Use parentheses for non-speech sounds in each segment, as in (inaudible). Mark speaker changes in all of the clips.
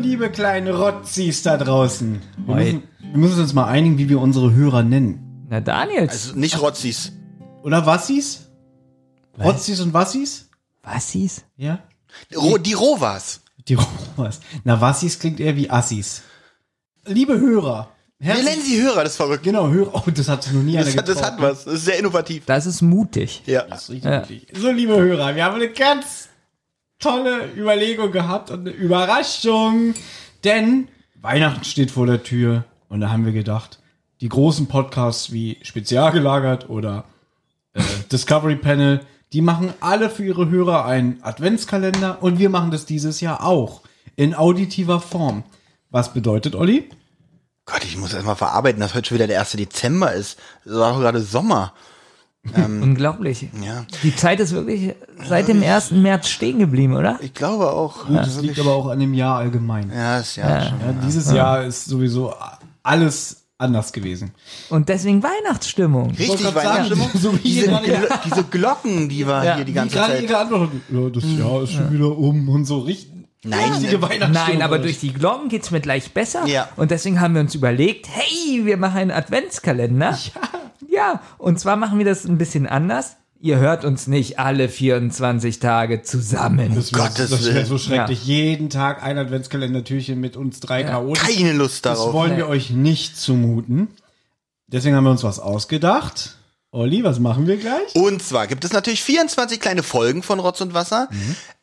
Speaker 1: liebe kleinen Rotzis da draußen. Wir
Speaker 2: Oi.
Speaker 1: müssen, wir müssen uns mal einigen, wie wir unsere Hörer nennen.
Speaker 2: Na, Daniels.
Speaker 3: Also nicht Rotzis.
Speaker 1: Oder Wassis?
Speaker 2: Was?
Speaker 1: Rotzis und Wassis?
Speaker 2: Was hieß?
Speaker 1: Ja.
Speaker 3: Ro die Rovas.
Speaker 1: Die (laughs) Romas. Na, Wassis klingt eher wie Assis. Liebe Hörer.
Speaker 3: Wir
Speaker 1: herzlich-
Speaker 3: nennen sie Hörer, das ist verrückt.
Speaker 1: Genau, Hörer. Oh, das hat noch nie
Speaker 3: Das
Speaker 1: einer
Speaker 3: hat, das hat
Speaker 1: getraut.
Speaker 3: was. Das ist sehr innovativ.
Speaker 2: Das ist mutig.
Speaker 3: Ja.
Speaker 1: Das ist richtig mutig. So, liebe Hörer, wir haben eine ganz tolle Überlegung gehabt und eine Überraschung. Denn Weihnachten steht vor der Tür und da haben wir gedacht, die großen Podcasts wie Spezialgelagert oder äh, (laughs) Discovery Panel, die machen alle für ihre Hörer einen Adventskalender und wir machen das dieses Jahr auch in auditiver Form. Was bedeutet, Olli?
Speaker 3: Gott, ich muss erstmal verarbeiten, dass heute schon wieder der 1. Dezember ist. Es war doch gerade Sommer.
Speaker 2: Unglaublich.
Speaker 3: Ja.
Speaker 2: Die Zeit ist wirklich seit dem 1. März stehen geblieben, oder?
Speaker 3: Ich glaube auch.
Speaker 1: Das liegt aber auch an dem Jahr allgemein.
Speaker 3: ja, ist ja,
Speaker 2: Ja.
Speaker 3: schon.
Speaker 1: Ja, dieses Jahr ist sowieso alles anders gewesen.
Speaker 2: Und deswegen Weihnachtsstimmung.
Speaker 3: Richtig
Speaker 1: wollte grad sagen,
Speaker 3: Weihnachtsstimmung.
Speaker 1: so wie
Speaker 3: diese,
Speaker 1: hier gerade-
Speaker 3: Glo diese Glocken, die war
Speaker 2: Ja,
Speaker 3: hier die
Speaker 1: Die
Speaker 3: ganze
Speaker 1: gerade
Speaker 3: Zeit.
Speaker 1: ihre Antwort hatten, ja, das Jahr ist schon wieder um und so richtig.
Speaker 3: Nein,
Speaker 1: richtige
Speaker 3: ne-
Speaker 1: Weihnachtsstimmung.
Speaker 2: Hm. Nein, aber durch die Glocken geht's mir gleich besser.
Speaker 3: Ja.
Speaker 2: Und deswegen haben wir uns überlegt, hey, wir machen einen Adventskalender. Ja. ja, und zwar machen wir das ein bisschen anders. Ihr hört uns nicht alle 24 Tage zusammen.
Speaker 1: das wär,
Speaker 3: Gottes
Speaker 1: das wär
Speaker 3: Willen.
Speaker 1: so schrecklich. Jeden Tag ein Adventskalendertürchen mit uns drei Chaoten.
Speaker 3: Keine Lust
Speaker 1: Das
Speaker 3: darauf.
Speaker 1: wollen wir euch nicht zumuten. Deswegen haben wir uns was ausgedacht. Olli, was machen wir gleich?
Speaker 3: Und zwar gibt es natürlich 24 kleine Folgen von Rotz und Wasser.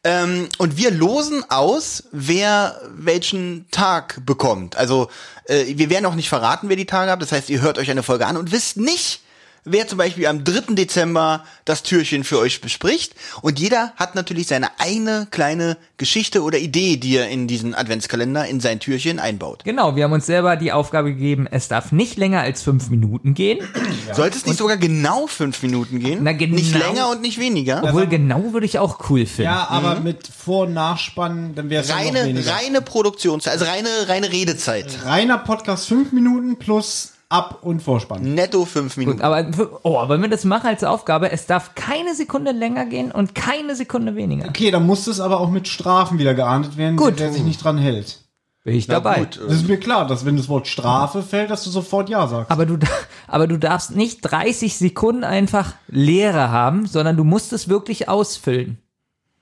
Speaker 3: Ähm, und wir losen aus, wer welchen Tag bekommt. Also äh, wir werden auch nicht verraten, wer die Tage hat. Das heißt, ihr hört euch eine Folge an und wisst nicht, wer zum Beispiel am 3. Dezember das Türchen für euch bespricht. Und jeder hat natürlich seine eigene kleine Geschichte oder Idee, die er in diesen Adventskalender, in sein Türchen einbaut.
Speaker 2: Genau, wir haben uns selber die Aufgabe gegeben, es darf nicht länger als fünf Minuten gehen.
Speaker 3: Sollte es nicht sogar genau fünf Minuten gehen?
Speaker 2: Na, genau.
Speaker 3: Nicht länger und nicht weniger.
Speaker 2: Obwohl genau würde ich auch cool finden.
Speaker 1: Ja, aber mit Vor- und Nachspannen, dann wäre es noch
Speaker 3: Mhm. Reine,
Speaker 1: weniger.
Speaker 3: reine Produktionszeit, also reine, reine Redezeit.
Speaker 1: Reiner Podcast fünf Minuten plus Ab- und Vorspann.
Speaker 3: Netto fünf Minuten.
Speaker 2: Gut, aber für- oh, wollen wir das machen als Aufgabe? Es darf keine Sekunde länger gehen und keine Sekunde weniger.
Speaker 1: Okay, dann muss es aber auch mit Strafen wieder geahndet werden,
Speaker 2: Gut.
Speaker 1: wer sich nicht dran hält.
Speaker 2: Bin ich dabei.
Speaker 3: Gut, äh,
Speaker 1: Das ist mir klar, dass wenn das Wort Strafe fällt, dass du sofort Ja sagst.
Speaker 2: Aber du, da- aber du darfst nicht 30 Sekunden einfach Leere haben, sondern du musst es wirklich ausfüllen.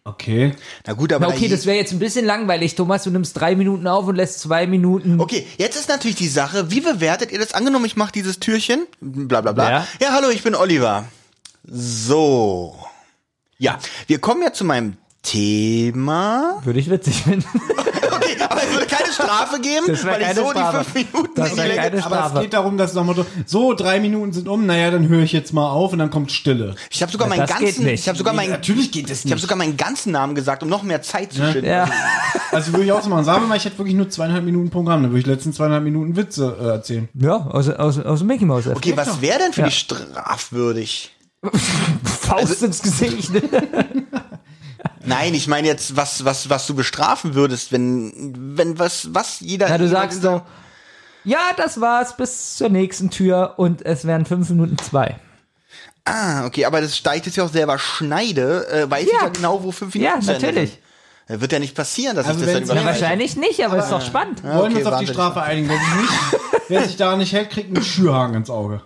Speaker 1: Okay.
Speaker 3: na gut, aber
Speaker 2: Na okay,
Speaker 3: da-
Speaker 2: das wäre jetzt ein bisschen langweilig, Thomas. Du nimmst drei Minuten auf und lässt zwei Minuten.
Speaker 3: Okay, jetzt ist natürlich die Sache, wie bewertet ihr das? Angenommen, ich mache dieses Türchen, bla bla bla.
Speaker 2: Ja.
Speaker 3: Ja. hallo, ich bin Oliver. So. Ja, wir kommen ja zu meinem Thema.
Speaker 2: Würde ich witzig finden.
Speaker 3: Okay, aber es würde keine Strafe geben,
Speaker 2: Das wär
Speaker 3: weil ich
Speaker 2: keine
Speaker 3: so
Speaker 2: Strafe.
Speaker 3: die fünf Minuten
Speaker 2: Das
Speaker 3: in die
Speaker 2: wär
Speaker 3: Länge...
Speaker 2: keine
Speaker 1: Aber
Speaker 2: Strafe.
Speaker 1: es geht darum, dass nochmal so- so drei Minuten sind um, naja, dann höre ich jetzt mal auf und dann kommt Stille.
Speaker 3: Ich habe sogar meinen
Speaker 2: das geht
Speaker 3: ganzen,
Speaker 2: nicht.
Speaker 3: ich habe sogar meinen,
Speaker 1: Natürlich geht es
Speaker 3: ich habe sogar meinen ganzen Namen gesagt, um noch mehr Zeit zu schinden.
Speaker 2: (laughs) ja.
Speaker 1: Also würde ich auch so machen. Sagen wir mal, ich hätte wirklich nur zweieinhalb Minuten Programm, dann würde ich die letzten zweieinhalb Minuten Witze äh, erzählen.
Speaker 2: ja, aus, aus, aus dem Mickey Mouse.
Speaker 3: Okay, was wäre denn für
Speaker 2: Ja.
Speaker 3: dich strafwürdig?
Speaker 2: Faust ins (laughs) Gesicht.
Speaker 3: Nein, ich meine jetzt, was, was, was du bestrafen würdest, wenn, wenn was, was jeder.
Speaker 2: Na, du
Speaker 3: jemand-
Speaker 2: sagst so, ja, das war's, bis zur nächsten Tür und es wären fünf Minuten zwei.
Speaker 3: Ah, okay, aber das steigt jetzt ja auch selber schneide, äh, weiß ich ja genau, wo fünf Minuten
Speaker 2: Ja,
Speaker 3: zu Ende
Speaker 2: natürlich.
Speaker 3: sind. Äh, Wird ja nicht passieren, dass
Speaker 1: Also
Speaker 3: ich das dann
Speaker 1: wenn's wäre-
Speaker 2: Ja,
Speaker 3: überschreite.
Speaker 2: wahrscheinlich nicht, aber ist doch spannend.
Speaker 1: Wir wollen uns
Speaker 3: okay,
Speaker 1: auf die
Speaker 3: wahnsinnig.
Speaker 1: Strafe einigen. Wer sich, nicht, wer sich da nicht hält, kriegt einen Schürhaken ins Auge.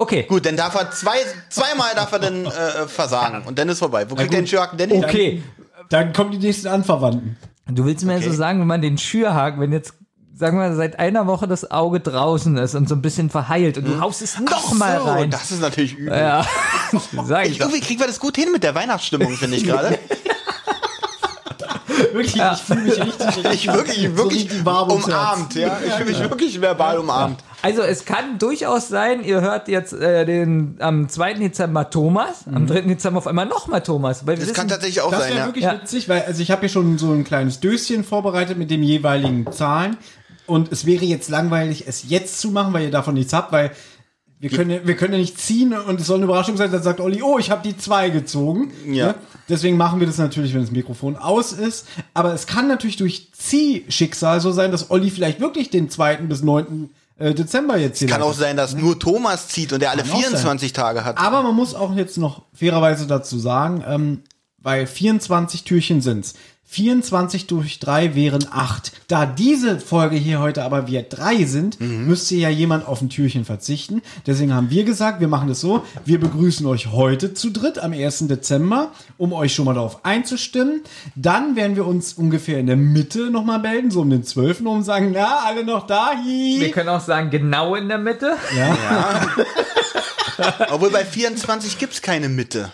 Speaker 2: Okay.
Speaker 3: Gut, dann darf er zwei, zweimal darf er dann äh, versagen und dann ist vorbei. Wo kriegt
Speaker 1: gut.
Speaker 3: der den Schürhaken denn hin?
Speaker 2: Okay.
Speaker 1: Dann kommen die nächsten Anverwandten.
Speaker 2: Du willst mir
Speaker 3: Okay.
Speaker 2: so sagen, wenn man den Schürhaken, wenn jetzt, sagen wir mal, seit einer Woche das Auge draußen ist und so ein bisschen verheilt und du haust es
Speaker 3: Hm. Ach
Speaker 2: nochmal
Speaker 3: so,
Speaker 2: rein.
Speaker 3: Das ist natürlich übel.
Speaker 2: ja. Sag ich. doch.
Speaker 3: Irgendwie kriegen wir das gut hin mit der Weihnachtsstimmung, finde ich
Speaker 2: (laughs)
Speaker 3: gerade.
Speaker 1: Wirklich, ich fühle mich richtig,
Speaker 3: (laughs) Ich wirklich,
Speaker 1: so
Speaker 3: wirklich
Speaker 1: richtig warm ums Herz.
Speaker 3: umarmt, ja. Ich fühle mich wirklich verbal umarmt.
Speaker 2: Also es kann durchaus sein, ihr hört jetzt äh, den am 2. Dezember Thomas, am 3. Dezember auf einmal nochmal Thomas. Weil wir
Speaker 3: Mhm. Das
Speaker 2: wissen,
Speaker 3: kann tatsächlich auch
Speaker 1: Das
Speaker 3: sein,
Speaker 1: wäre
Speaker 3: ja.
Speaker 1: wirklich
Speaker 2: Ja.
Speaker 1: witzig, weil also ich habe hier schon so ein kleines Döschen vorbereitet mit den jeweiligen Zahlen und es wäre jetzt langweilig, es jetzt zu machen, weil ihr davon nichts habt, weil wir können, ja- wir können ja nicht ziehen und es soll eine Überraschung sein, dann sagt Olli, oh, ich habe die zwei gezogen. Ne?
Speaker 3: Ja.
Speaker 1: Deswegen machen wir das natürlich, wenn das Mikrofon aus ist. Aber es kann natürlich durch Ziehschicksal so sein, dass Olli vielleicht wirklich den zweiten bis 9. äh, Dezember jetzt hier
Speaker 3: Kann
Speaker 1: leitet.
Speaker 3: auch sein, dass nur Thomas zieht und der alle
Speaker 1: auch sein.
Speaker 3: 24 Tage hat.
Speaker 1: Aber man muss auch jetzt noch fairerweise dazu sagen, ähm, weil 24 Türchen sind's. 24 durch 3 wären 8. Da diese Folge hier heute aber wir drei sind, müsste ja jemand auf ein Türchen verzichten. Deswegen haben wir gesagt, wir machen es so. Wir begrüßen euch heute zu dritt am 1. Dezember, um euch schon mal darauf einzustimmen. Dann werden wir uns ungefähr in der Mitte nochmal melden, so um den 12. um sagen, na, alle noch da? Hi.
Speaker 2: Wir können auch sagen, genau in der Mitte.
Speaker 3: Obwohl bei 24 gibt's keine Mitte.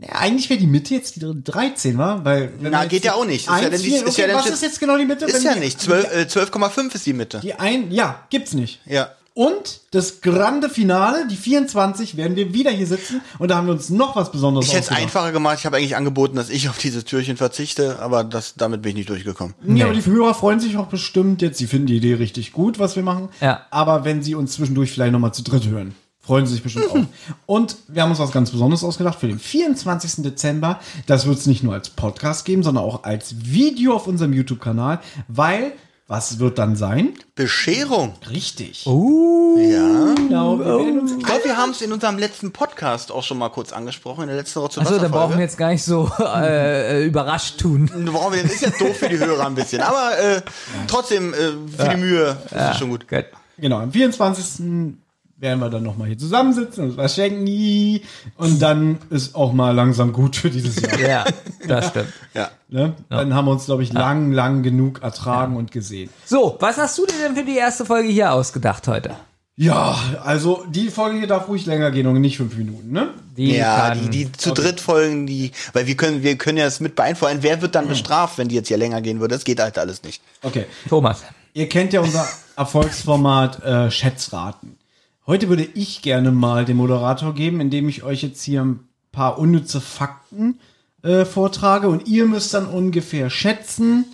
Speaker 1: Ja, eigentlich wäre die Mitte jetzt die 13, wa? Weil, wenn
Speaker 3: Na,
Speaker 1: man jetzt
Speaker 3: geht ja auch nicht. Ist ja
Speaker 1: eins,
Speaker 3: dann die-
Speaker 1: vier-
Speaker 3: ist ja
Speaker 1: okay,
Speaker 3: dann
Speaker 1: was
Speaker 3: schon-
Speaker 1: ist jetzt genau die Mitte?
Speaker 3: Ist
Speaker 1: Wenn
Speaker 3: ja
Speaker 1: die-
Speaker 3: nicht. 12, äh, 12,5 ist die Mitte.
Speaker 1: Die ein, ja, gibt's nicht.
Speaker 3: Ja.
Speaker 1: Und das grande Finale, die 24, werden wir wieder hier sitzen und da haben wir uns noch was Besonderes
Speaker 3: Ich hätte es
Speaker 1: ausgedacht.
Speaker 3: einfacher gemacht. Ich habe eigentlich angeboten, dass ich auf diese Türchen verzichte, aber das, damit bin ich nicht durchgekommen.
Speaker 1: Nee,
Speaker 2: Nee.
Speaker 1: aber die Hörer freuen sich auch bestimmt jetzt. Sie finden die Idee richtig gut, was wir machen.
Speaker 2: Ja.
Speaker 1: Aber wenn sie uns zwischendurch vielleicht nochmal zu dritt hören, freuen sie sich bestimmt
Speaker 2: (laughs)
Speaker 1: auch. Und wir haben uns was ganz Besonderes ausgedacht für den 24. Dezember. Das wird es nicht nur als Podcast geben, sondern auch als Video auf unserem YouTube-Kanal, weil was wird dann sein?
Speaker 3: Bescherung.
Speaker 1: Richtig.
Speaker 3: Ja.
Speaker 1: Genau,
Speaker 2: Oh.
Speaker 1: wir werden uns
Speaker 3: Ich glaube, wir haben es in unserem letzten Podcast auch schon mal kurz angesprochen, in der letzten Woche zur
Speaker 2: Achso, da brauchen wir jetzt gar nicht so äh, äh, überrascht tun.
Speaker 3: Brauchen wir, ist jetzt doof für die Hörer ein bisschen, aber äh, trotzdem, äh, für die Mühe ist es schon gut.
Speaker 2: Gut.
Speaker 1: Genau, am 24. werden wir dann nochmal hier zusammensitzen und was schenken. Ii. Und dann ist auch mal langsam gut für dieses Jahr.
Speaker 2: Ja, das stimmt.
Speaker 3: Ja.
Speaker 1: Ne? Dann haben wir uns, glaube ich, lang, lang genug ertragen und gesehen.
Speaker 2: So, was hast du dir denn für die erste Folge hier ausgedacht heute?
Speaker 1: Ja, also die Folge hier darf ruhig länger gehen und nicht fünf Minuten, ne?
Speaker 2: Die
Speaker 3: Ja,
Speaker 2: kann-
Speaker 3: die, die zu dritt folgen, die, weil wir können, wir können ja das mit beeinflussen. Wer
Speaker 2: Mhm.
Speaker 3: wird dann bestraft, wenn die jetzt hier länger gehen würde? Das geht halt alles nicht.
Speaker 1: Okay.
Speaker 2: Thomas.
Speaker 1: Ihr kennt ja
Speaker 2: (laughs)
Speaker 1: unser Erfolgsformat äh, Schätzraten. Heute würde ich gerne mal den Moderator geben, indem ich euch jetzt hier ein paar unnütze Fakten äh, vortrage und ihr müsst dann ungefähr schätzen.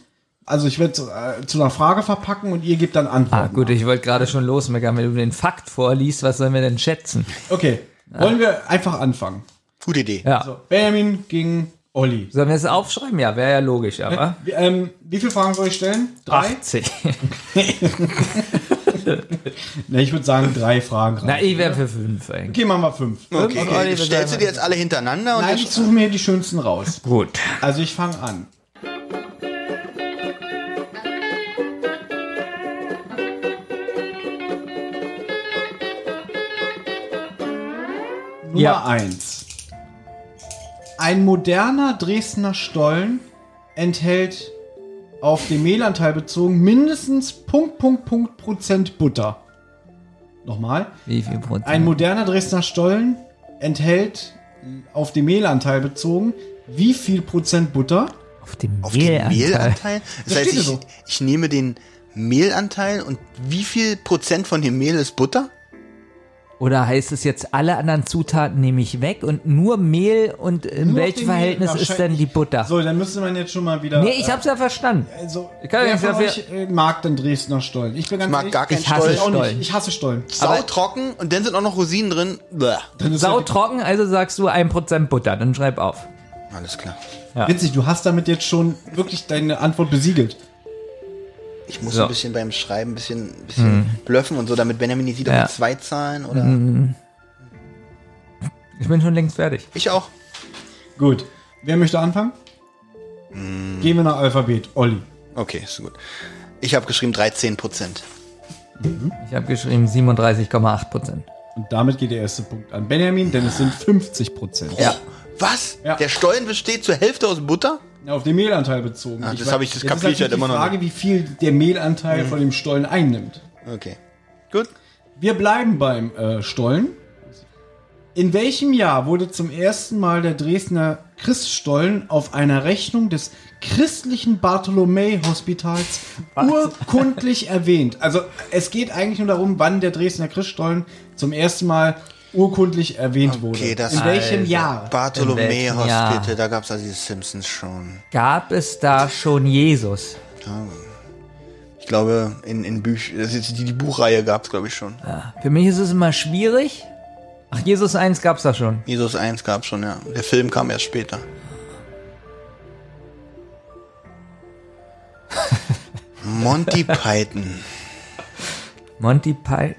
Speaker 1: Also ich werde zu, äh, zu einer Frage verpacken und ihr gebt dann Antworten.
Speaker 2: Ah, gut, ich wollte gerade schon losmeckern. Wenn du den Fakt vorliest, was sollen wir denn schätzen?
Speaker 1: Okay, wollen wir einfach anfangen.
Speaker 3: Gute Idee.
Speaker 2: Ja.
Speaker 1: So, Benjamin gegen Olli.
Speaker 2: Sollen wir es aufschreiben? Ja, wäre ja logisch, aber.
Speaker 1: (laughs) Wie- Ähm, wie viele Fragen soll ich stellen? Drei?
Speaker 2: 80.
Speaker 1: Ne, ich würde sagen drei Fragen.
Speaker 2: (laughs) Na,
Speaker 1: rein.
Speaker 2: ich wäre für 5 eigentlich.
Speaker 1: Okay, machen wir fünf.
Speaker 3: Okay,
Speaker 2: Und Olli, wir
Speaker 3: stellst du
Speaker 2: sagen-
Speaker 3: die jetzt alle hintereinander und
Speaker 1: Nein,
Speaker 3: wir-
Speaker 1: ich suche mir die schönsten raus.
Speaker 2: Gut.
Speaker 1: Also ich fange an. Nummer
Speaker 2: Ja.
Speaker 1: eins. Ein moderner Dresdner Stollen enthält auf den Mehlanteil bezogen mindestens Punkt, Punkt, Punkt Prozent Butter. Nochmal.
Speaker 2: Wie viel Prozent?
Speaker 1: Ein moderner Dresdner Stollen enthält auf den Mehlanteil bezogen wie viel Prozent Butter?
Speaker 2: auf dem
Speaker 3: Auf den
Speaker 2: Mehlanteil.
Speaker 3: Mehlanteil? Das,
Speaker 1: Das
Speaker 3: heißt,
Speaker 1: steht hier
Speaker 3: ich,
Speaker 1: so.
Speaker 3: ich nehme den Mehlanteil und wie viel Prozent von dem Mehl ist Butter?
Speaker 2: Oder heißt es jetzt, alle anderen Zutaten nehme ich weg und nur Mehl und in
Speaker 1: Nur auf
Speaker 2: welchem
Speaker 1: den
Speaker 2: Verhältnis
Speaker 1: Mehl-
Speaker 2: ist denn die Butter?
Speaker 1: So, dann müsste man jetzt schon mal wieder.
Speaker 2: nee, ich hab's ja verstanden.
Speaker 1: Also,
Speaker 2: Ich kann ja
Speaker 1: wer
Speaker 2: nicht
Speaker 1: von
Speaker 2: dafür-
Speaker 1: euch äh, mag den Dresdner Stollen? Ich bin ganz
Speaker 3: mag
Speaker 1: ehrlich,
Speaker 3: gar keinen
Speaker 2: ich hasse
Speaker 1: ich
Speaker 3: Stollen.
Speaker 1: auch nicht.
Speaker 2: Stollen.
Speaker 1: Ich hasse Stollen.
Speaker 3: Sau trocken und dann sind auch noch Rosinen drin. Bäh.
Speaker 1: Dann ist
Speaker 2: Sau
Speaker 1: halt-
Speaker 2: trocken, also sagst du 1% Butter, dann schreib auf.
Speaker 3: Alles klar.
Speaker 1: Witzig, du hast damit jetzt schon wirklich deine Antwort besiegelt.
Speaker 3: Ich muss
Speaker 2: So. Mhm.
Speaker 3: ein bisschen beim Schreiben ein bisschen, ein bisschen bluffen und so, damit Benjamin nicht sieht, ob
Speaker 2: Ja. Mhm.
Speaker 3: es zwei Zahlen oder.
Speaker 2: Ich bin schon längst fertig.
Speaker 3: Ich auch.
Speaker 1: Gut. Wer möchte anfangen?
Speaker 3: Hm.
Speaker 1: Gehen wir nach Alphabet. Olli.
Speaker 3: Okay, ist gut. Ich habe geschrieben 13 Prozent.
Speaker 2: Ich habe geschrieben 37,8%.
Speaker 1: Und damit geht der erste Punkt an Benjamin, denn es sind 50 Prozent.
Speaker 2: Ja.
Speaker 3: Was?
Speaker 1: Ja.
Speaker 3: Der Stollen besteht zur Hälfte aus Butter?
Speaker 1: Ja, Auf den Mehlanteil bezogen.
Speaker 3: Ah, das
Speaker 1: weiß-
Speaker 3: hab ich- das
Speaker 1: jetzt
Speaker 3: kapier
Speaker 1: ist
Speaker 3: ich halt
Speaker 1: natürlich
Speaker 3: immer noch
Speaker 1: Die Frage, wie viel der Mehlanteil
Speaker 2: Mhm.
Speaker 1: von dem Stollen einnimmt.
Speaker 3: Okay. Gut.
Speaker 1: Wir bleiben beim äh, Stollen. In welchem Jahr wurde zum ersten Mal der Dresdner Christstollen auf einer Rechnung des christlichen Bartholomä-Hospitals urkundlich erwähnt? Also es geht eigentlich nur darum, wann der Dresdner Christstollen zum ersten Mal urkundlich erwähnt wurde.
Speaker 3: das-
Speaker 1: In welchem
Speaker 2: Also,
Speaker 1: Jahr?
Speaker 2: In
Speaker 3: Bartholomäe
Speaker 2: welchem
Speaker 3: Hospital,
Speaker 2: Jahr?
Speaker 3: da gab es also die Simpsons schon.
Speaker 2: Gab es da schon Jesus?
Speaker 3: Ich glaube, in, in Büch, das ist die, die Buchreihe gab es, glaube ich, schon.
Speaker 2: Für mich ist es immer schwierig. Ach, Jesus 1 gab's da schon.
Speaker 3: Jesus 1 gab es schon, ja. Der Film kam erst
Speaker 2: (laughs)
Speaker 3: später. Monty Python.
Speaker 2: Monty Python.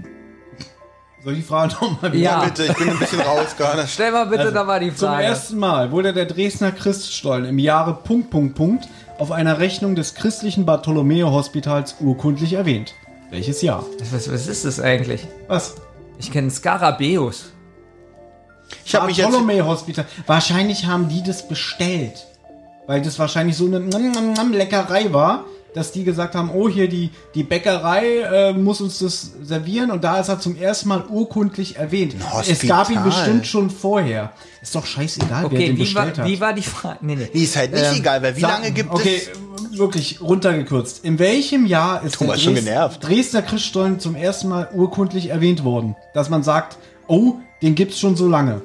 Speaker 1: Soll ich die Frage nochmal
Speaker 2: Ja.
Speaker 3: Bitte, ich bin ein bisschen raus gerade.
Speaker 2: Stell mal bitte nochmal die
Speaker 1: Also, Zum
Speaker 2: Frage.
Speaker 1: ersten Mal wurde der Dresdner Christstollen im Jahre Punkt, Punkt, Punkt auf einer Rechnung des christlichen Bartholomäu-Hospitals urkundlich erwähnt. Welches Jahr?
Speaker 2: was, was ist das eigentlich?
Speaker 1: Was?
Speaker 2: Ich kenne Skarabäus.
Speaker 3: Ich habe mich jetzt.
Speaker 1: Bartholomäu-Hospital. Wahrscheinlich haben die das bestellt. Weil das wahrscheinlich so eine Nam -Nam -Nam Leckerei war, dass die gesagt haben, oh, hier die, die Bäckerei äh, muss uns das servieren. Und da ist er zum ersten Mal urkundlich erwähnt. Es
Speaker 3: Hospital.
Speaker 1: gab ihn bestimmt schon vorher. Ist doch scheißegal, wer
Speaker 2: Okay,
Speaker 1: den
Speaker 2: wie
Speaker 1: bestellt
Speaker 2: war,
Speaker 1: hat.
Speaker 2: wie war die Frage? Nee, nee.
Speaker 3: Nee, ist halt nicht
Speaker 2: Ähm,
Speaker 3: egal, weil wie
Speaker 1: Sa-
Speaker 3: lange gibt
Speaker 1: okay,
Speaker 3: es.
Speaker 1: äh, wirklich runtergekürzt. In welchem Jahr ist
Speaker 3: Thomas schon genervt.
Speaker 1: Dresdner Christstollen zum ersten Mal urkundlich erwähnt worden? Dass man sagt, oh, den gibt's schon so lange.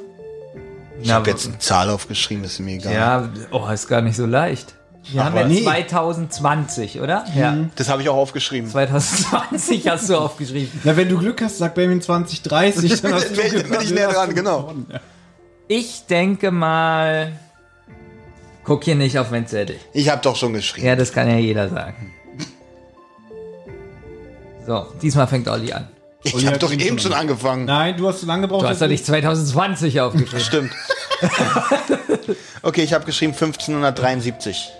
Speaker 3: Ich habe jetzt eine Zahl aufgeschrieben, ist mir egal.
Speaker 2: Ja, oh, ist gar nicht so leicht. Wir
Speaker 1: Ach,
Speaker 2: haben ja
Speaker 1: nee.
Speaker 2: 2020, oder?
Speaker 1: Mhm.
Speaker 2: Ja.
Speaker 3: Das habe ich auch aufgeschrieben.
Speaker 2: 2020 hast du aufgeschrieben.
Speaker 1: Na, wenn du Glück hast, sagt Benjamin
Speaker 3: (laughs)
Speaker 1: 2030, dann hast du
Speaker 3: Bin ich-
Speaker 1: gewonnen.
Speaker 3: bin ich näher
Speaker 1: Hast
Speaker 3: dran,
Speaker 1: du
Speaker 3: genau.
Speaker 1: gewonnen, ja.
Speaker 2: Ich denke mal. Guck hier nicht auf Wendzettel.
Speaker 3: Ich habe doch schon geschrieben.
Speaker 2: Ja, das kann ja jeder sagen. So, diesmal fängt Olli an.
Speaker 3: Ich
Speaker 1: Olli
Speaker 3: habe
Speaker 1: hat
Speaker 3: doch
Speaker 1: ihn
Speaker 3: eben
Speaker 1: schon
Speaker 3: Oh schon angefangen.
Speaker 1: Nein, du hast so lange gebraucht.
Speaker 2: Du hast doch nicht 2020 (laughs) aufgeschrieben.
Speaker 3: Stimmt. (laughs) okay, ich habe geschrieben 1573.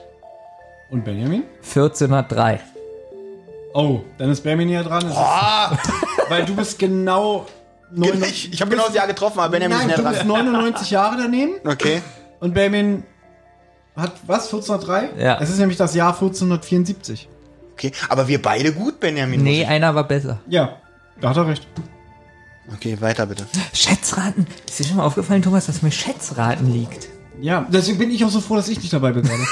Speaker 1: Und Benjamin?
Speaker 2: 1403.
Speaker 1: Oh, dann ist Benjamin näher dran. Es
Speaker 3: Ah,
Speaker 1: Ist, weil du bist genau... neun-
Speaker 3: ich ich habe genau das Jahr getroffen, aber Benjamin ist
Speaker 1: Nein,
Speaker 3: näher
Speaker 1: du bist
Speaker 3: dran.
Speaker 1: 99 Jahre daneben.
Speaker 3: Okay.
Speaker 1: Und Benjamin hat was? 1403?
Speaker 2: Ja.
Speaker 1: Es ist nämlich das Jahr 1474.
Speaker 3: okay. Aber wir beide gut, Benjamin. muss
Speaker 2: Nee, einer war besser.
Speaker 1: Ja, da hat er recht.
Speaker 3: ich- Okay, weiter bitte.
Speaker 2: Schätzraten. Ist dir schon mal aufgefallen, Thomas, dass mir Schätzraten liegt?
Speaker 1: Ja, deswegen bin ich auch so froh, dass ich nicht dabei bin. Gerade.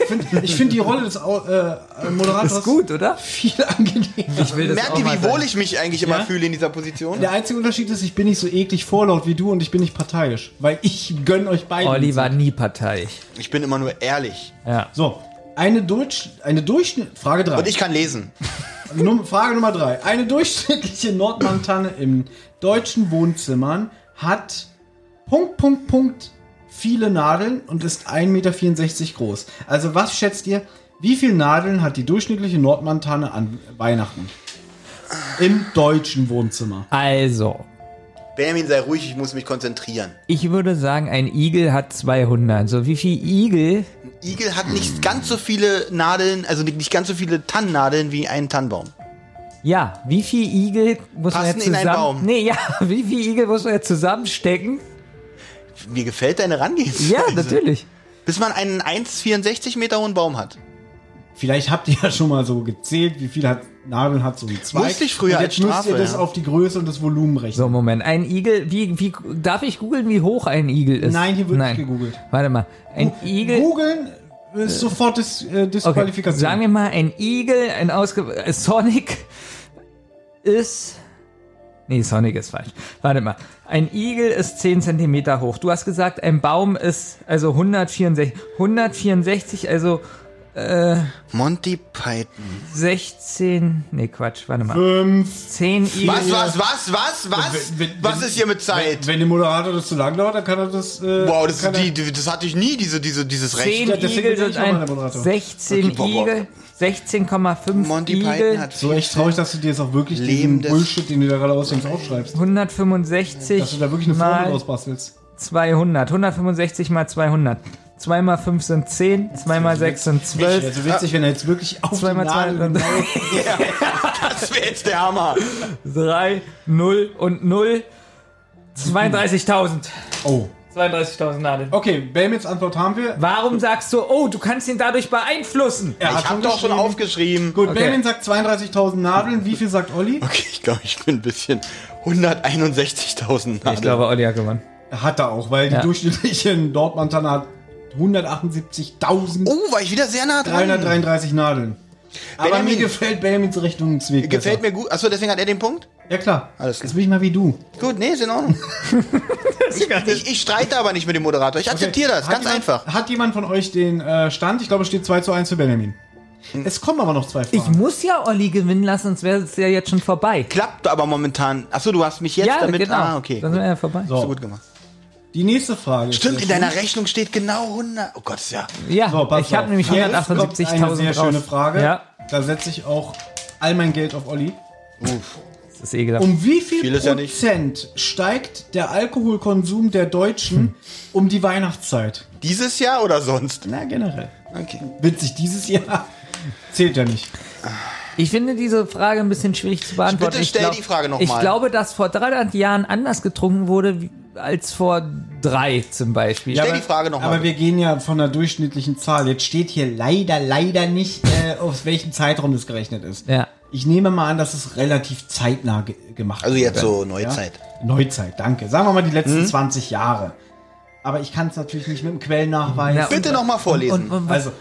Speaker 1: Ich finde find die Rolle des Au- äh, Moderators
Speaker 2: Ist gut, oder?
Speaker 1: viel angenehmer.
Speaker 2: Ich will das
Speaker 3: Merkt
Speaker 2: auch
Speaker 3: ihr,
Speaker 2: mal
Speaker 3: wie
Speaker 2: sein.
Speaker 3: wohl ich mich eigentlich immer
Speaker 1: Ja?
Speaker 3: fühle in dieser Position?
Speaker 1: Der einzige Unterschied ist, ich bin nicht so eklig vorlaut wie du und ich bin nicht parteiisch. Weil ich gönne euch beiden.
Speaker 2: Olli war nie parteiisch.
Speaker 3: Ich bin immer nur ehrlich.
Speaker 2: Ja.
Speaker 1: So, eine, Deutsch, eine Durchschnitt... Frage 3.
Speaker 3: Und ich kann lesen.
Speaker 1: Num Frage Nummer drei. Eine durchschnittliche Nordmantanne in deutschen Wohnzimmern hat Punkt, Punkt, Punkt viele Nadeln und ist 1,64 Meter groß. Also was schätzt ihr, wie viele Nadeln hat die durchschnittliche Nordmantanne an Weihnachten? Im deutschen Wohnzimmer.
Speaker 2: Also,
Speaker 3: Benjamin, sei ruhig, ich muss mich konzentrieren.
Speaker 2: ich würde sagen, ein Igel hat 200. So, wie viel Igel?
Speaker 3: Igel hat nicht ganz so viele Nadeln, also nicht nicht ganz so viele Tannennadeln wie ein Tannenbaum.
Speaker 2: Ja, wie viel Igel muss man
Speaker 3: Passen
Speaker 2: jetzt
Speaker 3: in einen
Speaker 2: zusammen...
Speaker 3: Baum.
Speaker 2: Nee, ja, (laughs) wie viel Igel muss man jetzt zusammenstecken?
Speaker 3: Mir gefällt deine Herangehensweise.
Speaker 2: Ja, natürlich.
Speaker 3: Bis man einen 1,64 Meter hohen Baum hat.
Speaker 1: Vielleicht habt ihr ja schon mal so gezählt, wie viele hat, Nadeln hat so ein Zweig.
Speaker 3: Musste ich früher
Speaker 1: und
Speaker 3: als
Speaker 1: jetzt
Speaker 3: Strafe,
Speaker 1: müsst ihr das
Speaker 3: ja.
Speaker 1: auf die Größe und das Volumen rechnen.
Speaker 2: So, Moment. Ein Igel, wie, wie, darf ich googeln, wie hoch ein Igel ist?
Speaker 1: Nein, hier wird
Speaker 2: Nein.
Speaker 1: nicht gegoogelt.
Speaker 2: Warte mal. Ein Igel.
Speaker 1: Googeln ist sofort Dis äh,
Speaker 2: Okay,
Speaker 1: Disqualifikation.
Speaker 2: sagen wir mal, ein Igel, ein Ausge... Äh, Sonic ist... Nee, Sonic ist falsch. Warte mal. Ein Igel ist 10 cm hoch. Du hast gesagt, ein Baum ist also 164. 164, also
Speaker 3: Monty Python.
Speaker 2: 16... Nee, Quatsch, warte mal.
Speaker 1: Fünf.
Speaker 2: 10 Igel...
Speaker 3: Was, was, was, was, was?
Speaker 1: Wenn- wenn-
Speaker 3: Also, was
Speaker 1: wenn-
Speaker 3: ist hier mit Zeit?
Speaker 1: Wenn, wenn dem Moderator das zu lang dauert, dann kann er das. Äh,
Speaker 3: wow, das,
Speaker 1: kann
Speaker 3: die, die, das hatte ich nie, diese, diese, dieses Recht.
Speaker 2: 10
Speaker 1: Ja, deswegen
Speaker 2: Igel
Speaker 1: bin
Speaker 2: sind
Speaker 1: ich auch mal
Speaker 2: ein...
Speaker 1: der Moderator.
Speaker 2: 16
Speaker 3: Okay, boah, boah.
Speaker 2: Igel... 16,5
Speaker 3: Monty Python
Speaker 2: Igel...
Speaker 3: hat
Speaker 1: So echt traurig, dass du dir jetzt auch wirklich diesen
Speaker 3: Lebendes-
Speaker 1: Bullshit, den du da gerade ausdenkst, aufschreibst. Dass du
Speaker 2: 165
Speaker 1: da wirklich eine
Speaker 2: mal...
Speaker 1: Formel ausbastelst.
Speaker 2: 200. 165 mal 200. 2 mal 5 sind 10, 2 mal 6 sind 12.
Speaker 1: Also
Speaker 3: Ah.
Speaker 1: witzig, wenn er jetzt wirklich auf
Speaker 2: Zwei
Speaker 1: die
Speaker 2: mal zwei
Speaker 1: Nadel
Speaker 2: und-
Speaker 1: genau-
Speaker 3: Das wäre jetzt der Hammer.
Speaker 2: 3, 0 und 0. 32.000.
Speaker 1: Oh.
Speaker 2: 32.000 Nadeln.
Speaker 1: Okay, Belmits Antwort haben wir.
Speaker 2: Warum sagst du, oh, du kannst ihn dadurch beeinflussen?
Speaker 1: Er
Speaker 3: ich hab doch schon
Speaker 1: geschrieben.
Speaker 3: aufgeschrieben.
Speaker 1: Gut,
Speaker 2: Okay.
Speaker 1: Belmin sagt 32.000 Nadeln. Wie viel sagt Olli?
Speaker 3: Okay, ich glaube, ich bin ein bisschen 161.000 Nadeln.
Speaker 2: Ich glaube, Olli hat gewonnen.
Speaker 1: Hat er auch, weil die
Speaker 2: Ja.
Speaker 1: durchschnittliche Dortmundtanne hat halt 178.333
Speaker 3: oh, war ich wieder sehr nah dran.
Speaker 1: Nadeln. Aber
Speaker 3: Benjamin-
Speaker 1: mir gefällt Belmins Rechnungsweg.
Speaker 3: Gefällt
Speaker 1: besser.
Speaker 3: mir gut. Achso, deswegen hat er den Punkt?
Speaker 1: Ja klar.
Speaker 3: Alles klar.
Speaker 1: Jetzt bin ich mal wie du.
Speaker 3: Gut, nee, ist in
Speaker 1: (laughs)
Speaker 3: Ordnung. ich, ich streite aber nicht mit dem Moderator. Ich akzeptiere das,
Speaker 1: Hat
Speaker 3: ganz
Speaker 1: jemand,
Speaker 3: einfach.
Speaker 1: Hat jemand von euch den äh, Stand? Ich glaube, es steht 2 zu 1 für Benjamin.
Speaker 3: Hm.
Speaker 1: Es kommen aber noch zwei
Speaker 2: Ich
Speaker 1: Fragen.
Speaker 2: muss ja Olli gewinnen lassen, sonst wäre es ja jetzt schon vorbei.
Speaker 3: Klappt aber momentan. Achso, du hast mich jetzt
Speaker 2: ja,
Speaker 3: damit.
Speaker 2: genau.
Speaker 3: Ah, okay.
Speaker 2: Dann wäre er vorbei.
Speaker 1: So.
Speaker 3: So gut gemacht.
Speaker 1: Die nächste Frage. ist
Speaker 3: Stimmt, in
Speaker 1: sehr schön.
Speaker 3: deiner Rechnung steht genau 100. Oh Gott, ist ja.
Speaker 2: Ja,
Speaker 1: So, pass
Speaker 2: ich habe
Speaker 1: auf.
Speaker 2: nämlich
Speaker 1: Jetzt kommt
Speaker 2: 178.000
Speaker 1: Eine sehr
Speaker 2: raus.
Speaker 1: schöne Frage.
Speaker 2: Ja.
Speaker 1: Da setze ich auch all mein Geld auf Olli.
Speaker 3: Uff.
Speaker 2: ist eh ekelhaft.
Speaker 1: Um wie viel
Speaker 3: Viel ist ja nicht.
Speaker 1: Prozent steigt der Alkoholkonsum der
Speaker 2: Hm.
Speaker 1: Deutschen um die Weihnachtszeit?
Speaker 3: Dieses Jahr oder sonst?
Speaker 1: Na, generell.
Speaker 3: Okay.
Speaker 1: Witzig, dieses Jahr (laughs) zählt ja nicht.
Speaker 2: Ich finde diese Frage ein bisschen schwierig zu beantworten.
Speaker 3: Bitte
Speaker 2: Ich
Speaker 3: stell die Frage noch
Speaker 2: Ich
Speaker 3: mal.
Speaker 2: glaube, dass vor 300 Jahren anders getrunken wurde wie- als vor drei zum Beispiel.
Speaker 3: Stell die Frage nochmal.
Speaker 1: Aber wir gehen ja von einer durchschnittlichen Zahl. Jetzt steht hier leider, leider nicht, äh, aus welchem Zeitraum das gerechnet ist.
Speaker 2: Ja.
Speaker 1: Ich nehme mal an, dass es relativ zeitnah ge gemacht
Speaker 3: Also jetzt
Speaker 1: wurde.
Speaker 3: so Mhm. Neuzeit.
Speaker 1: Neuzeit, danke. Sagen wir mal die letzten 20 Jahre. Aber ich kann es natürlich nicht mit dem Quellennachweis.
Speaker 2: Na,
Speaker 3: Bitte nochmal vorlesen.
Speaker 2: Und, und, was-
Speaker 1: Also,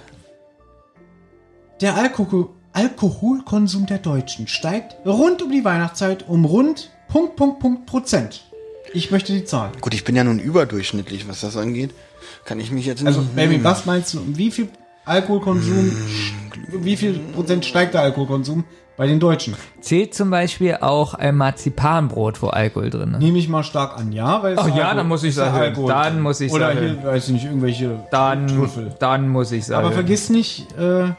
Speaker 1: der Alkohol Alkoholkonsum der Deutschen steigt rund um die Weihnachtszeit um rund Punkt, Punkt, Punkt Prozent. Ich möchte die Zahl.
Speaker 3: Gut, ich bin ja nun überdurchschnittlich, was das angeht. Kann ich mich jetzt nicht.
Speaker 1: Also, Baby, was meinst du, um wie viel
Speaker 3: Mhm.
Speaker 1: Alkoholkonsum, um wie viel Prozent steigt der Alkoholkonsum bei den Deutschen?
Speaker 2: zählt zum Beispiel auch ein Marzipanbrot, wo Alkohol drin ist.
Speaker 1: Nehme ich mal stark an, ja? Weil es
Speaker 2: Ach ja,
Speaker 1: Alkohol-
Speaker 2: dann muss ich
Speaker 1: ist ja
Speaker 2: sagen,
Speaker 1: Alkohol.
Speaker 2: dann muss ich
Speaker 1: Oder
Speaker 2: sagen.
Speaker 1: hier, weiß ich nicht, irgendwelche
Speaker 2: Dann,
Speaker 1: Trüffel.
Speaker 2: dann muss ich sagen.
Speaker 1: Aber vergiss nicht, äh,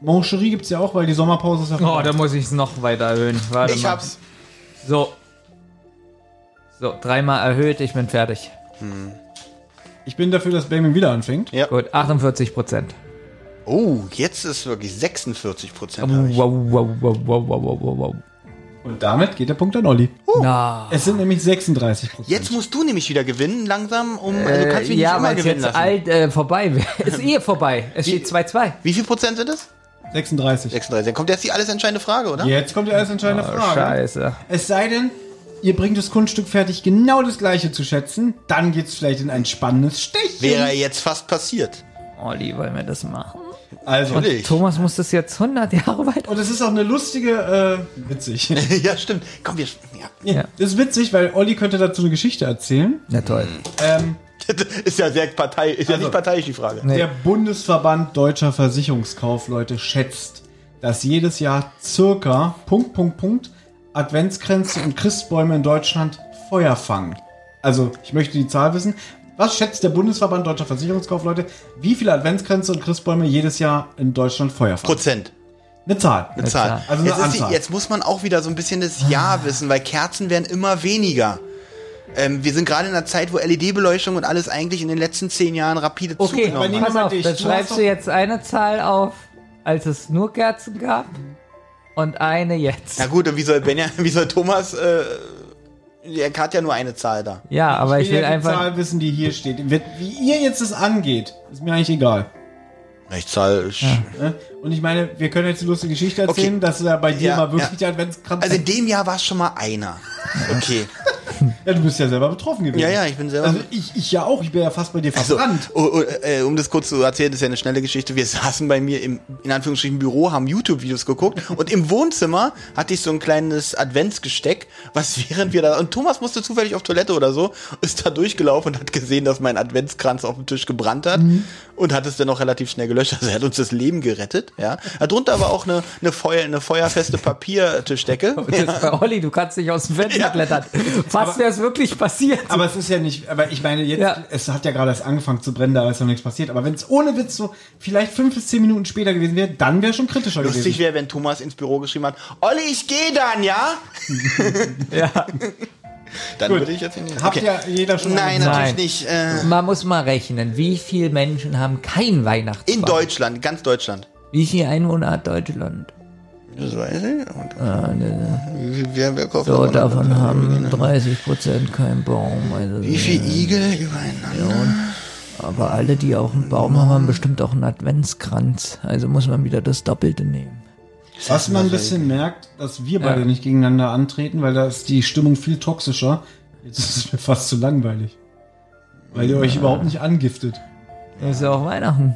Speaker 1: Mancherie gibt's ja auch, weil die Sommerpause ist ja
Speaker 2: Oh,
Speaker 1: vorbei.
Speaker 2: da muss ich es noch weiter erhöhen. Warte
Speaker 3: ich
Speaker 2: mal.
Speaker 3: hab's.
Speaker 2: So. So, dreimal erhöht, ich bin fertig.
Speaker 1: Ich bin dafür, dass Baby wieder anfängt.
Speaker 3: Ja.
Speaker 2: Gut, 48 Prozent.
Speaker 3: Oh, jetzt ist wirklich 46 Prozent.
Speaker 2: Oh, Wow, wow, wow, wow, wow, wow, wow, wow.
Speaker 1: Und damit geht der Punkt an Olli.
Speaker 2: Na.
Speaker 1: Es sind nämlich 36 Prozent.
Speaker 3: Jetzt musst du nämlich wieder gewinnen, langsam, um. also du kannst mich
Speaker 2: Äh, ja,
Speaker 3: nicht immer
Speaker 2: weil es
Speaker 3: gewinnen
Speaker 2: jetzt
Speaker 3: lassen.
Speaker 2: alt äh, vorbei wäre. (laughs) Ist eh vorbei. Es steht 2-2.
Speaker 3: Wie viel Prozent sind es?
Speaker 1: 36.
Speaker 3: 36. Dann kommt erst die alles entscheidende Frage, oder?
Speaker 1: Jetzt kommt die alles entscheidende Frage.
Speaker 2: Oh, Scheiße.
Speaker 1: Es sei denn, ihr bringt das Kunststück fertig, genau das gleiche zu schätzen. Dann geht's vielleicht in ein spannendes Stich.
Speaker 3: Wäre jetzt fast passiert.
Speaker 2: Olli, wollen wir das machen?
Speaker 1: Also.
Speaker 3: Natürlich.
Speaker 2: Thomas muss das jetzt 100 Jahre weiter.
Speaker 1: Und es ist auch eine lustige, äh, witzig.
Speaker 3: (laughs) ja, stimmt. Komm, wir. Ja.
Speaker 2: Ja.
Speaker 1: Das ist witzig, weil Olli könnte dazu eine Geschichte erzählen.
Speaker 2: Na toll.
Speaker 1: Ähm,
Speaker 3: (laughs) ist ja sehr partei, ist ja
Speaker 1: Also-
Speaker 3: nicht parteiisch die Frage.
Speaker 2: Nee.
Speaker 1: Der Bundesverband Deutscher Versicherungskaufleute schätzt, dass jedes Jahr circa Punkt, Punkt, Punkt Adventskränze und Christbäume in Deutschland Feuer fangen. Also, ich möchte die Zahl wissen. Was schätzt der Bundesverband Deutscher Versicherungskaufleute, wie viele Adventskränze und Christbäume jedes Jahr in Deutschland Feuer fangen?
Speaker 3: Prozent.
Speaker 1: Eine Zahl.
Speaker 3: Eine Zahl.
Speaker 1: Also eine
Speaker 3: jetzt, ist
Speaker 1: Anzahl.
Speaker 3: die, jetzt muss man auch wieder so ein bisschen das
Speaker 2: Ah.
Speaker 3: Ja wissen, weil Kerzen werden immer weniger. Ähm, wir sind gerade in einer Zeit, wo LED-Beleuchtung und alles eigentlich in den letzten zehn Jahren rapide
Speaker 2: Okay,
Speaker 1: aber
Speaker 3: zugenommen
Speaker 1: niemand
Speaker 2: pass auf,
Speaker 1: dich.
Speaker 2: dann
Speaker 1: Du
Speaker 2: schreibst
Speaker 1: hast
Speaker 2: du
Speaker 1: doch-
Speaker 2: jetzt eine Zahl auf, als es nur Kerzen gab und eine
Speaker 3: Na
Speaker 2: jetzt.
Speaker 3: gut, und wie soll, Benja, (laughs) wie soll Thomas, äh, er hat ja nur eine Zahl da.
Speaker 2: Ja, aber ich will
Speaker 1: ja die
Speaker 2: einfach...
Speaker 1: Zahl wissen, die hier steht. Wird- Wie ihr jetzt das angeht, ist mir eigentlich egal.
Speaker 3: Ich Zahl,
Speaker 1: Ne? Und ich meine, wir können jetzt eine lustige Geschichte erzählen,
Speaker 3: Okay.
Speaker 1: dass da bei dir
Speaker 3: Ja,
Speaker 1: mal wirklich
Speaker 3: ja.
Speaker 1: der Adventskranz.
Speaker 3: Also in dem Jahr war es schon mal einer. Okay.
Speaker 1: ja, du bist ja selber betroffen gewesen.
Speaker 3: Ja, ja, ich bin selber-
Speaker 1: Also ich, ich ja auch, ich bin ja fast bei dir
Speaker 3: Also,
Speaker 1: verbrannt.
Speaker 3: oh, oh, äh, um das kurz zu erzählen, das ist ja eine schnelle Geschichte. Wir saßen bei mir im, in Anführungsstrichen, Büro, haben YouTube-Videos geguckt und im Wohnzimmer hatte ich so ein kleines Adventsgesteck, was (laughs) während wir da, und Thomas musste zufällig auf Toilette oder so, ist da durchgelaufen und hat gesehen, dass mein Adventskranz auf dem Tisch gebrannt hat und hat es dann auch relativ schnell gelöscht. Also er hat uns das Leben gerettet, ja. Darunter war auch eine, eine, Feuer, eine feuerfeste Papiertischdecke.
Speaker 2: (laughs) Das ist bei Olli, du kannst nicht aus dem Fenster
Speaker 3: Ja.
Speaker 2: (laughs) klettern. Fast wäre es wirklich passiert.
Speaker 1: aber es ist ja nicht, aber ich meine, jetzt,
Speaker 2: Ja.
Speaker 1: es hat ja gerade erst angefangen zu brennen, da ist noch nichts passiert. Aber wenn es ohne Witz so vielleicht fünf bis zehn Minuten später gewesen wäre, dann wäre schon kritischer
Speaker 3: Lustig
Speaker 1: gewesen.
Speaker 3: wäre, wenn Thomas ins Büro geschrieben hat, Olli, ich gehe dann, ja?
Speaker 2: (laughs) Ja.
Speaker 3: Dann
Speaker 1: Gut.
Speaker 3: würde ich jetzt in den
Speaker 1: Habt ja jeder schon
Speaker 3: Nein,
Speaker 1: eine-
Speaker 2: Nein.
Speaker 3: natürlich nicht. Äh,
Speaker 2: Man muss mal rechnen, wie viele Menschen haben kein Weihnachtsbaum?
Speaker 3: in Deutschland, ganz Deutschland.
Speaker 2: Wie viele Einwohner hat Deutschland?
Speaker 3: Das weiß ich. Und
Speaker 2: Ah, ne,
Speaker 3: wer, wer kauft davon
Speaker 2: So,
Speaker 3: ab?
Speaker 2: davon
Speaker 3: ne?
Speaker 2: haben 30 Prozent keinen Baum. Also,
Speaker 3: Wie viele Igel übereinander?
Speaker 2: aber alle, die auch einen Baum haben, haben bestimmt auch einen Adventskranz. Also muss man wieder das Doppelte nehmen.
Speaker 1: Was man ein bisschen merkt, dass wir beide nicht gegeneinander antreten, weil da ist die Stimmung viel toxischer. Jetzt ist es mir fast zu langweilig. Weil ihr euch überhaupt nicht angiftet.
Speaker 2: Das ist ja auch Weihnachten.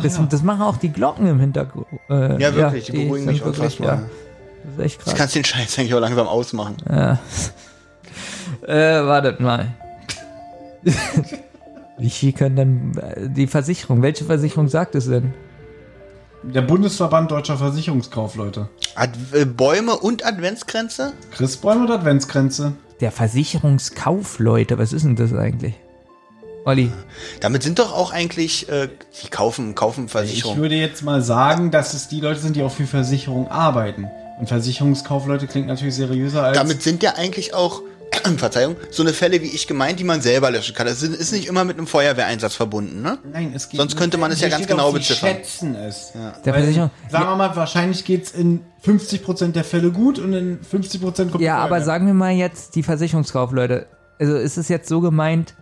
Speaker 2: Das,
Speaker 1: ja.
Speaker 2: das machen auch die Glocken im Hintergrund. Äh,
Speaker 3: Ja, wirklich, die beruhigen
Speaker 2: sind
Speaker 3: mich
Speaker 2: wirklich,
Speaker 3: unfassbar.
Speaker 2: ja. Das ist echt
Speaker 3: Du
Speaker 2: krass.
Speaker 3: kannst den Scheiß eigentlich auch langsam ausmachen.
Speaker 2: Äh, wartet mal. (laughs) Wie viel können denn äh, die Versicherung? Welche Versicherung sagt es denn?
Speaker 1: Der Bundesverband Deutscher Versicherungskaufleute.
Speaker 3: Ad äh, Bäume und Adventskränze?
Speaker 1: Christbäume und Adventskränze.
Speaker 2: Der Versicherungskaufleute, was ist denn das eigentlich? Olli,
Speaker 3: Damit sind doch auch eigentlich, äh, die kaufen, kaufen
Speaker 1: Ich
Speaker 3: Versicherung.
Speaker 1: würde jetzt mal sagen, dass es die Leute sind, die auch für Versicherung arbeiten. Und Versicherungskaufleute klingt natürlich seriöser als.
Speaker 3: Damit sind ja eigentlich auch, (clears throat) Verzeihung, so eine Fälle wie ich gemeint, die man selber löschen kann. Das sind- ist nicht immer mit einem Feuerwehreinsatz verbunden, ne?
Speaker 1: Nein, es geht
Speaker 3: Sonst könnte man es ja
Speaker 1: hier
Speaker 3: ganz
Speaker 1: steht auch,
Speaker 3: genau
Speaker 1: sie
Speaker 3: beziffern.
Speaker 1: schätzen es.
Speaker 2: Der
Speaker 1: Weil,
Speaker 2: Versicherung-
Speaker 1: Sagen wir mal, wahrscheinlich geht es in 50% der Fälle gut und in 50% kommt
Speaker 2: Äh, Ja,
Speaker 1: die
Speaker 2: aber
Speaker 1: Feuerwehr.
Speaker 2: sagen wir mal jetzt die Versicherungskaufleute. Also ist es jetzt so gemeint?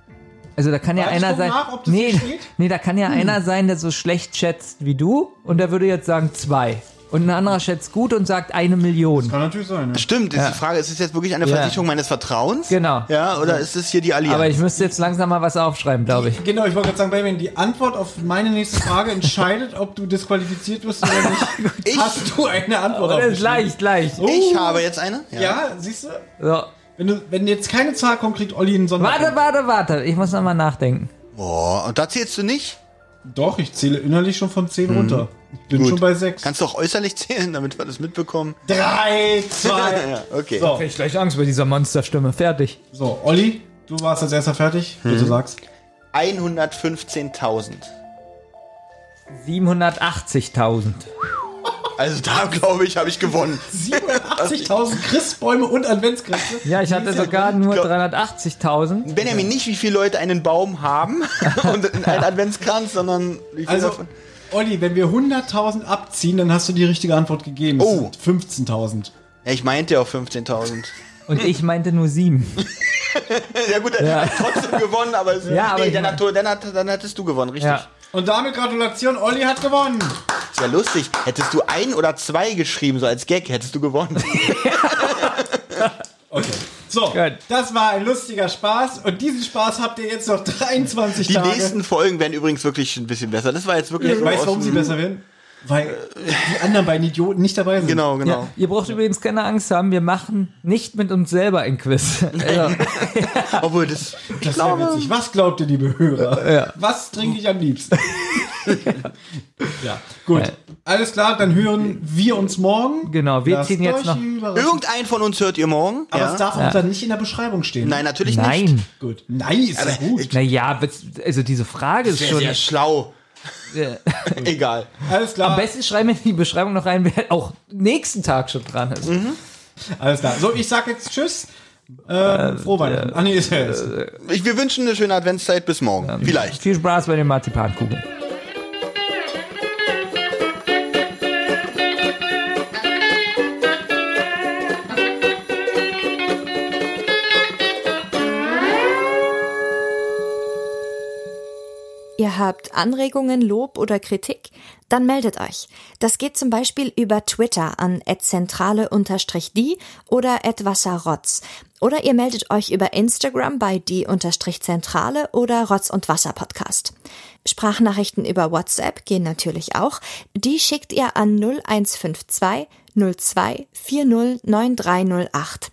Speaker 2: Also da kann ja
Speaker 1: Warte, ich
Speaker 2: einer
Speaker 1: guck
Speaker 2: sein.
Speaker 1: nach, ob das hier steht.
Speaker 2: nee, da kann ja einer sein, der so schlecht schätzt wie du und der würde jetzt sagen zwei. Und ein anderer schätzt gut und sagt eine Million.
Speaker 1: Kann natürlich sein, ne?
Speaker 3: Stimmt, ist die Frage, ist es jetzt wirklich eine
Speaker 2: Ja.
Speaker 3: Versicherung meines Vertrauens?
Speaker 2: Genau.
Speaker 3: Ja, oder ist es hier die Allianz?
Speaker 2: Aber ich müsste jetzt langsam mal was aufschreiben, glaube ich.
Speaker 1: Genau, ich wollte gerade sagen, Benjamin, die Antwort auf meine nächste Frage
Speaker 2: (laughs)
Speaker 1: entscheidet, ob du disqualifiziert wirst oder nicht.
Speaker 3: Ich-
Speaker 1: Hast du eine Antwort
Speaker 2: Oder
Speaker 1: auf
Speaker 2: Oh, ist leicht, leicht.
Speaker 3: ich habe jetzt eine?
Speaker 1: Ja, siehst du?
Speaker 2: So.
Speaker 1: Wenn, du? wenn jetzt keine Zahl kommt, kriegt Olli einen Sonder.
Speaker 2: Warte, warte, warte. Ich muss nochmal nachdenken.
Speaker 3: Boah, und da zählst du nicht?
Speaker 1: Doch, ich zähle innerlich schon von 10 runter. Ich bin
Speaker 3: Mhm. Gut.
Speaker 1: schon bei 6.
Speaker 3: Kannst du auch äußerlich (laughs) zählen, damit wir das mitbekommen?
Speaker 1: 3, 2.
Speaker 3: (laughs) Ja, okay.
Speaker 1: So.
Speaker 2: Ich gleich Angst bei dieser Monsterstimme. Fertig.
Speaker 1: so, Olli, du warst als erster fertig.
Speaker 3: Mhm.
Speaker 1: Bitte sag's.
Speaker 3: 115.000.
Speaker 2: 780.000.
Speaker 3: Also da, (laughs) glaube ich, habe
Speaker 1: (laughs)
Speaker 3: ich gewonnen.
Speaker 1: 87.000 Christbäume und Adventskränze.
Speaker 2: Ja, ich hatte sogar nur
Speaker 3: glaub-
Speaker 2: 380.000.
Speaker 3: Benjamin, nicht wie viele Leute einen Baum haben (laughs) und
Speaker 1: (laughs)
Speaker 3: einen Adventskranz, sondern wie viele
Speaker 1: Also,
Speaker 3: davon.
Speaker 1: Olli, wenn wir 100.000 abziehen, dann hast du die richtige Antwort gegeben. Es
Speaker 3: Oh.
Speaker 1: sind 15.000.
Speaker 3: Ja, ich meinte ja auch 15.000.
Speaker 2: Und ich meinte nur sieben.
Speaker 3: ja gut, er hat trotzdem gewonnen, aber, es,
Speaker 2: Ja, aber
Speaker 3: nee,
Speaker 2: ich
Speaker 3: dann,
Speaker 2: mein-
Speaker 3: hat, dann, hat, dann hattest du gewonnen, richtig.
Speaker 2: Ja.
Speaker 1: Und damit Gratulation, Olli hat gewonnen.
Speaker 3: Ist ja lustig. Hättest du ein oder zwei geschrieben, so als Gag, hättest du gewonnen.
Speaker 1: Okay. So,
Speaker 2: Gut.
Speaker 1: das war ein lustiger Spaß und diesen Spaß habt ihr jetzt noch 23
Speaker 3: Die
Speaker 1: Tage.
Speaker 3: nächsten Folgen werden übrigens wirklich ein bisschen besser. Das war jetzt wirklich so
Speaker 1: weißt du,
Speaker 3: aus
Speaker 1: warum sie
Speaker 3: dem-
Speaker 1: besser werden? Weil die anderen beiden Idioten nicht dabei sind.
Speaker 3: Genau, genau.
Speaker 2: Ja, ihr braucht übrigens keine Angst haben, wir machen nicht mit uns selber ein (laughs) Quiz. Also,
Speaker 3: (laughs) Obwohl das, ich
Speaker 1: Das wäre witzig. Was glaubt ihr, liebe Hörer? Was trinke ich am
Speaker 2: (laughs)
Speaker 1: liebsten? ja, gut. Alles klar, dann hören wir uns morgen.
Speaker 2: Genau, wir
Speaker 1: Lasst
Speaker 2: ziehen jetzt
Speaker 1: euch
Speaker 2: noch-
Speaker 1: überraschen.
Speaker 3: irgendein von uns hört ihr morgen.
Speaker 1: Aber
Speaker 3: ja?
Speaker 1: es darf auch dann nicht in der Beschreibung stehen.
Speaker 3: Nein, natürlich nicht.
Speaker 2: nein.
Speaker 1: Gut. Nein, ist ja gut.
Speaker 2: Naja, witz- also diese Frage ist
Speaker 3: Sehr,
Speaker 2: schon.
Speaker 3: sehr schlau. (laughs)
Speaker 2: äh,
Speaker 3: Egal.
Speaker 1: Alles klar.
Speaker 2: Am besten schreiben wir in die Beschreibung noch rein, wer auch nächsten Tag schon dran ist.
Speaker 1: Alles klar. So, ich sag jetzt Tschüss.
Speaker 2: Äh,
Speaker 1: Ähm, frohe Weihnachten. ah, nee, ist ja jetzt.
Speaker 3: Ich, wir wünschen eine schöne Adventszeit bis morgen. Vielleicht.
Speaker 2: Viel Spaß bei den Marzipankugeln.
Speaker 4: Ihr habt Anregungen, Lob oder Kritik? Dann meldet euch. Das geht zum Beispiel über Twitter an @zentrale_die oder @wasserrotz. Oder ihr meldet euch über Instagram bei die-zentrale oder Rotz und Wasser Podcast. Sprachnachrichten über WhatsApp gehen natürlich auch. Die schickt ihr an 0152 02 40 9308.